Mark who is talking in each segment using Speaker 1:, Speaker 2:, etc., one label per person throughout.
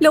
Speaker 1: Lo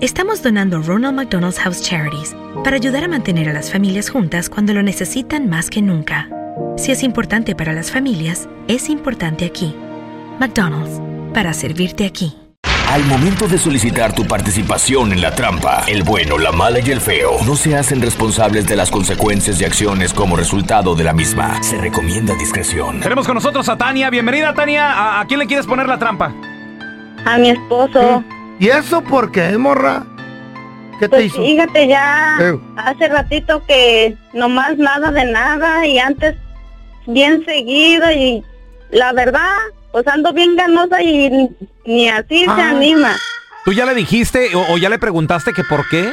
Speaker 2: estamos donando Ronald McDonald's House Charities para ayudar a mantener a las familias juntas cuando lo necesitan más que nunca. Si es importante para las familias, es importante aquí. McDonald's, para servirte aquí.
Speaker 3: Al momento de solicitar tu participación en la trampa, el bueno, la mala y el feo no se hacen responsables de las consecuencias y acciones como resultado de la misma. Se recomienda discreción.
Speaker 4: Tenemos con nosotros a Tania. Bienvenida, Tania. ¿A, a quién le quieres poner la trampa?
Speaker 5: A mi esposo.
Speaker 6: ¿Eh? ¿Y eso por qué, morra? ¿Qué te
Speaker 5: Pues
Speaker 6: hizo?
Speaker 5: fíjate ya,
Speaker 6: Eh.
Speaker 5: hace ratito que nomás nada de nada y antes bien seguido y la verdad, pues ando bien ganosa y ni así se
Speaker 6: Ah.
Speaker 5: anima.
Speaker 4: ¿Tú ya le dijiste o, o ya le preguntaste que por qué?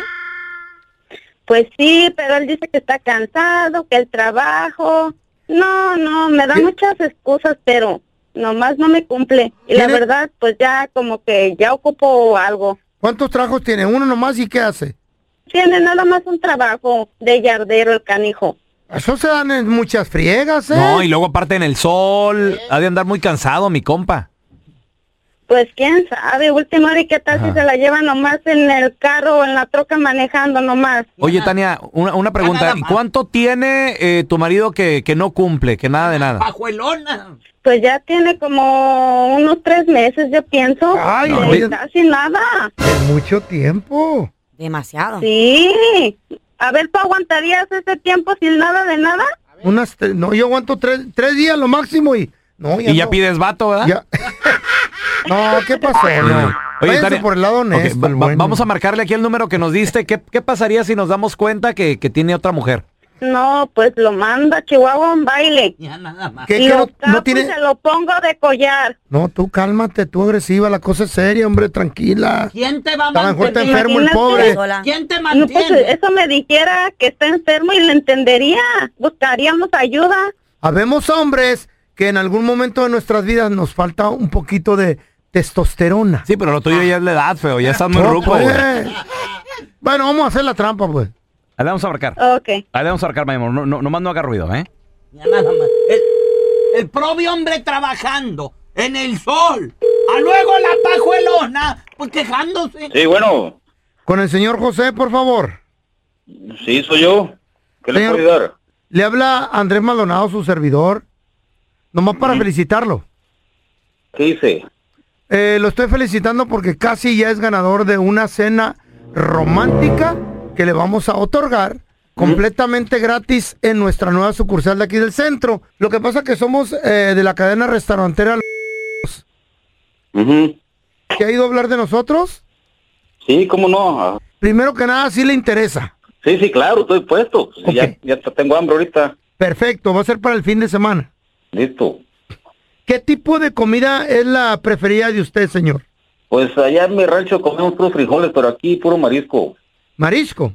Speaker 5: Pues sí, pero él dice que está cansado, que el trabajo. No, no, me da
Speaker 6: ¿Qué?
Speaker 5: muchas excusas, pero nomás no me cumple. Y la
Speaker 6: ¿Tiene-
Speaker 5: verdad, pues ya como que ya ocupo algo.
Speaker 6: ¿Cuántos trabajos tiene? Uno nomás y qué hace.
Speaker 5: Tiene nada más un trabajo de yardero el canijo.
Speaker 6: Eso se dan en muchas friegas, ¿eh?
Speaker 4: No, y luego aparte en el sol. Ha de andar muy cansado, mi compa.
Speaker 5: Pues quién sabe, última hora y qué tal si se la lleva nomás en el carro o en la troca manejando nomás.
Speaker 4: Oye, Tania, una, una
Speaker 6: Ah,
Speaker 4: pregunta. ¿Cuánto tiene eh, tu marido que, que no cumple, que nada de
Speaker 6: Ah,
Speaker 4: nada?
Speaker 5: Pues ya tiene como unos tres meses, yo pienso.
Speaker 6: Ay,
Speaker 5: que
Speaker 6: no, oye.
Speaker 5: está sin nada.
Speaker 6: Es mucho tiempo.
Speaker 7: Demasiado.
Speaker 5: Sí. A ver, ¿tú aguantarías ese tiempo sin nada de nada?
Speaker 6: Unas tre- no, yo aguanto tres, tres días lo máximo y... No, ya
Speaker 4: Y ya
Speaker 6: no.
Speaker 4: pides vato, ¿verdad?
Speaker 6: Ya. no, ¿qué pasó? No. Váyanse
Speaker 4: Tania,
Speaker 6: por el lado
Speaker 4: ok,
Speaker 6: honesto.
Speaker 4: va-
Speaker 6: el
Speaker 4: va-
Speaker 6: bueno.
Speaker 4: Vamos a marcarle aquí el número que nos diste. ¿Qué, qué pasaría si nos damos cuenta que, que tiene otra mujer?
Speaker 5: No, pues lo manda a Chihuahua a un baile.
Speaker 6: ¿Qué,
Speaker 5: Los
Speaker 6: qué no, no
Speaker 5: capos
Speaker 6: tiene...
Speaker 5: se lo pongo de collar.
Speaker 6: No, tú cálmate, tú agresiva, la cosa es seria, hombre, tranquila.
Speaker 8: ¿Quién te va a
Speaker 6: A lo mejor está
Speaker 8: mantener?
Speaker 6: enfermo el
Speaker 5: Pues, Imagínate.
Speaker 6: pobre.
Speaker 7: Sola.
Speaker 8: ¿Quién te
Speaker 5: No, pues
Speaker 8: mantiene?
Speaker 5: eso me dijera que está enfermo y le entendería. Buscaríamos ayuda.
Speaker 6: Habemos hombres que en algún momento de nuestras vidas nos falta un poquito de testosterona.
Speaker 4: Sí, pero lo
Speaker 6: Ah.
Speaker 4: tuyo ya es la edad, feo. Ya estás muy
Speaker 6: No,
Speaker 4: ruco,
Speaker 6: pues.
Speaker 4: güey.
Speaker 6: Bueno, vamos a hacer la trampa, pues.
Speaker 4: Ahí le vamos a marcar.
Speaker 5: Ok.
Speaker 4: Ahí le vamos a marcar, mi amor. No, no, nomás no haga ruido, ¿eh?
Speaker 8: Ya nada más. El, el propio hombre trabajando en el sol. A luego la pajuelona, pues quejándose.
Speaker 9: Sí, bueno,
Speaker 6: Con el señor José, por favor.
Speaker 9: sí, soy yo. ¿Qué le
Speaker 6: Señor-
Speaker 9: puedo ayudar?
Speaker 6: Le habla Andrés Maldonado, su servidor. Nomás para felicitarlo.
Speaker 9: ¿Qué hice?
Speaker 6: Eh, lo estoy felicitando porque casi ya es ganador de una cena romántica que le vamos a otorgar completamente gratis en nuestra nueva sucursal de aquí del centro. Lo que pasa que somos eh, de la cadena restaurantera
Speaker 9: Ujú.
Speaker 6: que ha ido a hablar de nosotros.
Speaker 9: Sí, cómo no. Ah,
Speaker 6: Primero que nada, sí le interesa.
Speaker 9: Sí, sí, claro, estoy puesto. Sí,
Speaker 6: Ok.
Speaker 9: Ya, ya hasta tengo hambre ahorita.
Speaker 6: Perfecto, va a ser para el fin de semana.
Speaker 9: Listo.
Speaker 6: ¿Qué tipo de comida es la preferida de usted, señor?
Speaker 9: Pues allá en mi rancho comemos puros frijoles, pero aquí puro marisco.
Speaker 6: Marisco.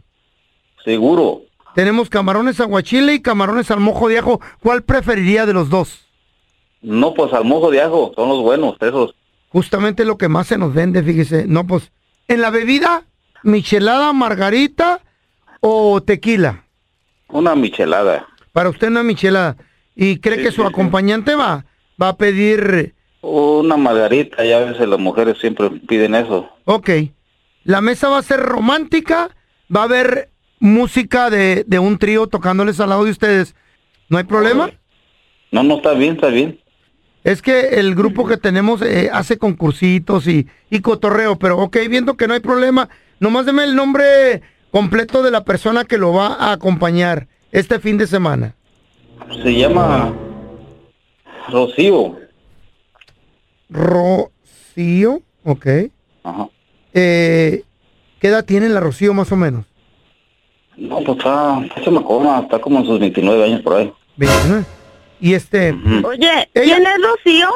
Speaker 9: Seguro.
Speaker 6: Tenemos camarones aguachile y camarones al mojo de ajo. ¿Cuál preferiría de los dos?
Speaker 9: No, pues al mojo de ajo, son los buenos, esos.
Speaker 6: Justamente lo que más se nos vende, fíjese. No, pues, en la bebida, michelada, margarita o tequila.
Speaker 9: Una michelada.
Speaker 6: Para usted una michelada. ¿Y cree que su acompañante va? Va a pedir...
Speaker 9: Una margarita, ya a veces las mujeres siempre piden eso.
Speaker 6: Ok. La mesa va a ser romántica. Va a haber música de, de un trío tocándoles al lado de ustedes. ¿No hay problema?
Speaker 9: No, no, está bien, está bien.
Speaker 6: Es que el grupo que tenemos eh, hace concursitos y, y cotorreo, pero ok, viendo que no hay problema, nomás deme el nombre completo de la persona que lo va a acompañar este fin de semana.
Speaker 9: Se llama Rocío.
Speaker 6: Rocío, ok.
Speaker 9: Ajá.
Speaker 6: Eh, ¿Qué edad tiene la Rocío más o menos?
Speaker 9: No, pues está, está chamacona, está como en sus 29 años por ahí.
Speaker 6: 29. Y este,
Speaker 5: Oye,
Speaker 6: Ella-
Speaker 5: ¿quién es Rocío?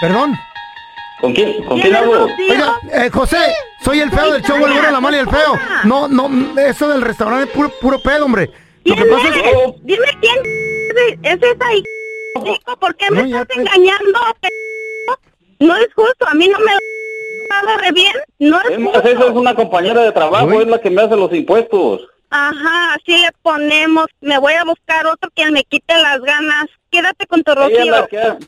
Speaker 6: perdón.
Speaker 9: ¿Con quién? ¿Con
Speaker 5: ¿Quién
Speaker 9: quién
Speaker 5: es
Speaker 9: hablo?
Speaker 5: Rocío?
Speaker 6: Oiga, eh, José, soy el feo del show, el bueno, la mala y el feo. No, no, eso del restaurante es puro, puro pedo, hombre. Lo
Speaker 5: ¿Quién
Speaker 6: que pasa
Speaker 5: eres?
Speaker 6: es
Speaker 5: Dime quién es es esa y chico, ¿por qué me
Speaker 6: No, ya
Speaker 5: estás
Speaker 6: te-
Speaker 5: engañando? p-? No es justo, a mí no me nada re bien, no es
Speaker 9: Es más, esa es
Speaker 5: justo.
Speaker 9: una compañera de trabajo,
Speaker 6: Uy.
Speaker 9: es la que me hace los impuestos.
Speaker 5: Ajá, así le ponemos, me voy a buscar otro que me quite las ganas. Quédate con tu
Speaker 9: Ella es la
Speaker 5: Rocío.
Speaker 9: que ha-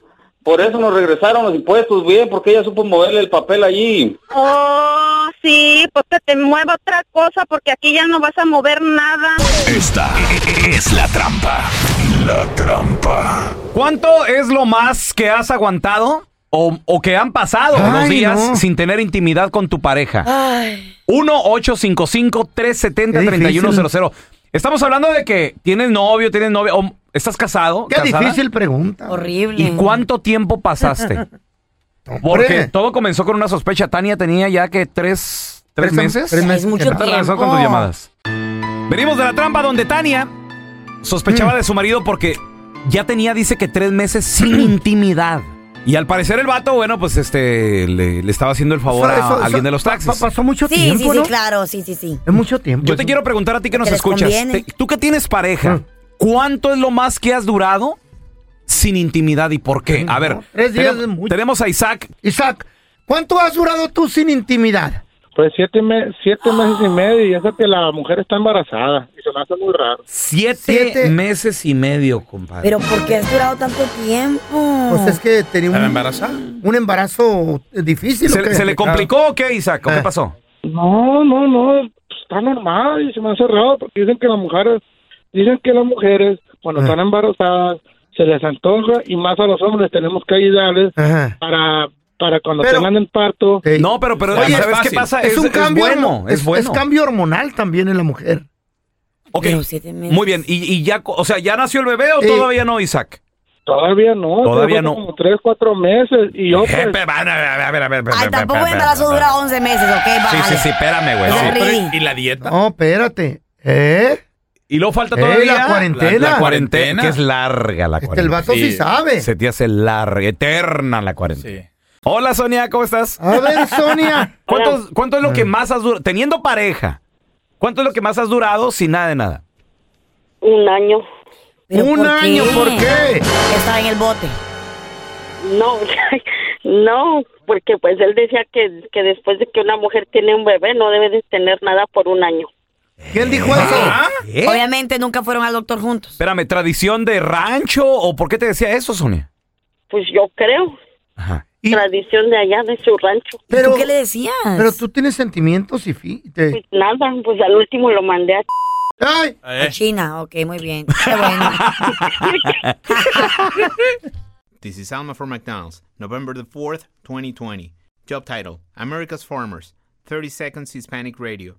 Speaker 9: Por eso nos regresaron los impuestos bien, porque ella supo moverle el papel allí.
Speaker 5: Oh, sí, pues que te mueva otra cosa porque aquí ya no vas a mover nada.
Speaker 3: Esta es la trampa. La trampa.
Speaker 4: ¿Cuánto es lo más que has aguantado o, o que han pasado los
Speaker 6: Ay,
Speaker 4: días
Speaker 6: no.
Speaker 4: sin tener intimidad con tu pareja? 1-855-370-3100. Estamos hablando de que tienes novio, tienes novia, o estás casado.
Speaker 6: qué
Speaker 4: casada?
Speaker 6: difícil pregunta.
Speaker 7: Horrible.
Speaker 4: ¿Y cuánto tiempo pasaste? Porque
Speaker 6: Hombre.
Speaker 4: todo comenzó con una sospecha. Tania tenía ya que tres, tres,
Speaker 6: Tres-
Speaker 4: meses.
Speaker 6: tres meses
Speaker 7: Es mucho
Speaker 6: que
Speaker 4: Ya
Speaker 6: no.
Speaker 4: te regresó con tus
Speaker 7: tiempo.
Speaker 4: llamadas. Venimos de la trampa donde Tania sospechaba
Speaker 6: Mm.
Speaker 4: de su marido porque ya tenía, dice que tres meses sin intimidad. Mm. Y al parecer el vato, bueno, pues este le, le estaba haciendo el favor a
Speaker 6: Eso- eso-
Speaker 4: alguien de los
Speaker 6: pa-
Speaker 4: taxis.
Speaker 6: pa- Pues, pasó mucho
Speaker 7: Sí,
Speaker 6: tiempo,
Speaker 7: sí, sí,
Speaker 6: ¿no?
Speaker 7: claro, sí, sí, sí.
Speaker 6: Es mucho tiempo.
Speaker 4: Yo te
Speaker 6: eso.
Speaker 4: quiero preguntar a ti que nos
Speaker 7: les
Speaker 4: escuchas.
Speaker 7: conviene.
Speaker 4: Te- tú que tienes pareja,
Speaker 6: Mm.
Speaker 4: ¿cuánto es lo más que has durado sin intimidad y por qué? A ver,
Speaker 6: Mm, tres días es
Speaker 4: tenemos,
Speaker 6: mucho.
Speaker 4: tenemos a Isaac.
Speaker 6: Isaac, ¿cuánto has durado tú sin intimidad?
Speaker 10: Pues siete, me- siete meses y medio, y eso que la mujer está embarazada, y se me hace muy raro.
Speaker 4: Siete,
Speaker 6: Siete.
Speaker 4: meses y medio, compadre.
Speaker 7: Pero ¿por qué has durado tanto tiempo?
Speaker 6: Pues es que tenía un, un embarazo difícil. ¿o
Speaker 4: ¿Se,
Speaker 6: qué?
Speaker 4: se le complicó o qué, Isaac? ¿O ¿Qué
Speaker 6: Eh.
Speaker 4: pasó?
Speaker 10: No, no, no, pues, está normal y se me hace raro porque dicen que las mujeres, dicen que las mujeres cuando
Speaker 6: Ah.
Speaker 10: están embarazadas se les antoja y más a los hombres tenemos que ayudarles
Speaker 6: Ajá.
Speaker 10: para para cuando
Speaker 6: Pero-
Speaker 10: tengan el parto.
Speaker 6: Ey.
Speaker 4: No, pero, pero
Speaker 6: Eh, Oye,
Speaker 4: ¿sabes
Speaker 6: es
Speaker 4: qué pasa?
Speaker 6: Es, un cambio,
Speaker 4: bueno,
Speaker 6: hormo-
Speaker 4: es, bueno.
Speaker 6: cambio hormonal también en la mujer.
Speaker 4: Ok,
Speaker 7: Pero siete meses.
Speaker 4: muy bien. ¿Y, y ya, co- o sea, ya nació el bebé o
Speaker 6: Sí.
Speaker 4: todavía no, Isaac?
Speaker 10: Todavía no, creo
Speaker 4: Todavía
Speaker 10: que
Speaker 4: no.
Speaker 10: como tres, cuatro meses y yo pues,
Speaker 4: Jepe, van a ver, a ver, a ver, a ver, a
Speaker 7: Ay,
Speaker 4: ver,
Speaker 7: tampoco
Speaker 4: a
Speaker 7: un
Speaker 4: ver,
Speaker 7: embarazo
Speaker 4: a ver,
Speaker 7: dura
Speaker 4: a ver.
Speaker 7: 11 meses, ¿ok?
Speaker 4: Sí, sí,
Speaker 7: Bájale.
Speaker 4: sí, espérame, güey.
Speaker 7: Es
Speaker 4: sí.
Speaker 7: horrible.
Speaker 8: ¿Y la
Speaker 4: Ah.
Speaker 8: dieta?
Speaker 6: No, espérate. ¿Eh?
Speaker 4: Y luego falta
Speaker 6: Eh,
Speaker 4: todavía.
Speaker 6: la cuarentena.
Speaker 4: La, la cuarentena. Que es larga la
Speaker 6: Este, el
Speaker 4: cuarentena.
Speaker 6: vato sí, sabe.
Speaker 4: Se te hace larga, eterna la cuarentena. Hola, Sonia, ¿cómo estás?
Speaker 6: A ver, Sonia.
Speaker 4: ¿Cuánto, cuánto es lo
Speaker 6: Mm.
Speaker 4: que más has durado? Teniendo pareja, ¿cuánto es lo que más has durado sin nada de nada?
Speaker 5: Un año.
Speaker 7: ¿Pero
Speaker 6: un año, ¿por qué?
Speaker 7: Estaba en el bote.
Speaker 5: No, no, porque pues él decía que, que después de que una mujer tiene un bebé no debe de tener nada por un año.
Speaker 6: ¿Quién dijo eso? Ah,
Speaker 4: ¿Eh?
Speaker 7: Obviamente nunca fueron al doctor juntos.
Speaker 4: Espérame, ¿tradición de rancho o por qué te decía eso, Sonia?
Speaker 5: Pues yo creo,
Speaker 4: Ajá.
Speaker 6: Y-
Speaker 5: tradición de allá de su rancho.
Speaker 7: ¿Y
Speaker 6: pero,
Speaker 7: ¿Tú qué le decías?
Speaker 6: pero tú tienes sentimientos y fi-
Speaker 5: Pues
Speaker 6: te-
Speaker 5: nada, pues al último lo mandé a...
Speaker 6: Ay,
Speaker 7: A China, ok, muy bien. Qué bueno.
Speaker 11: This is Alma from McDonald's, November the 4th, 2020. Job title America's Farmers, 30 Seconds Hispanic Radio.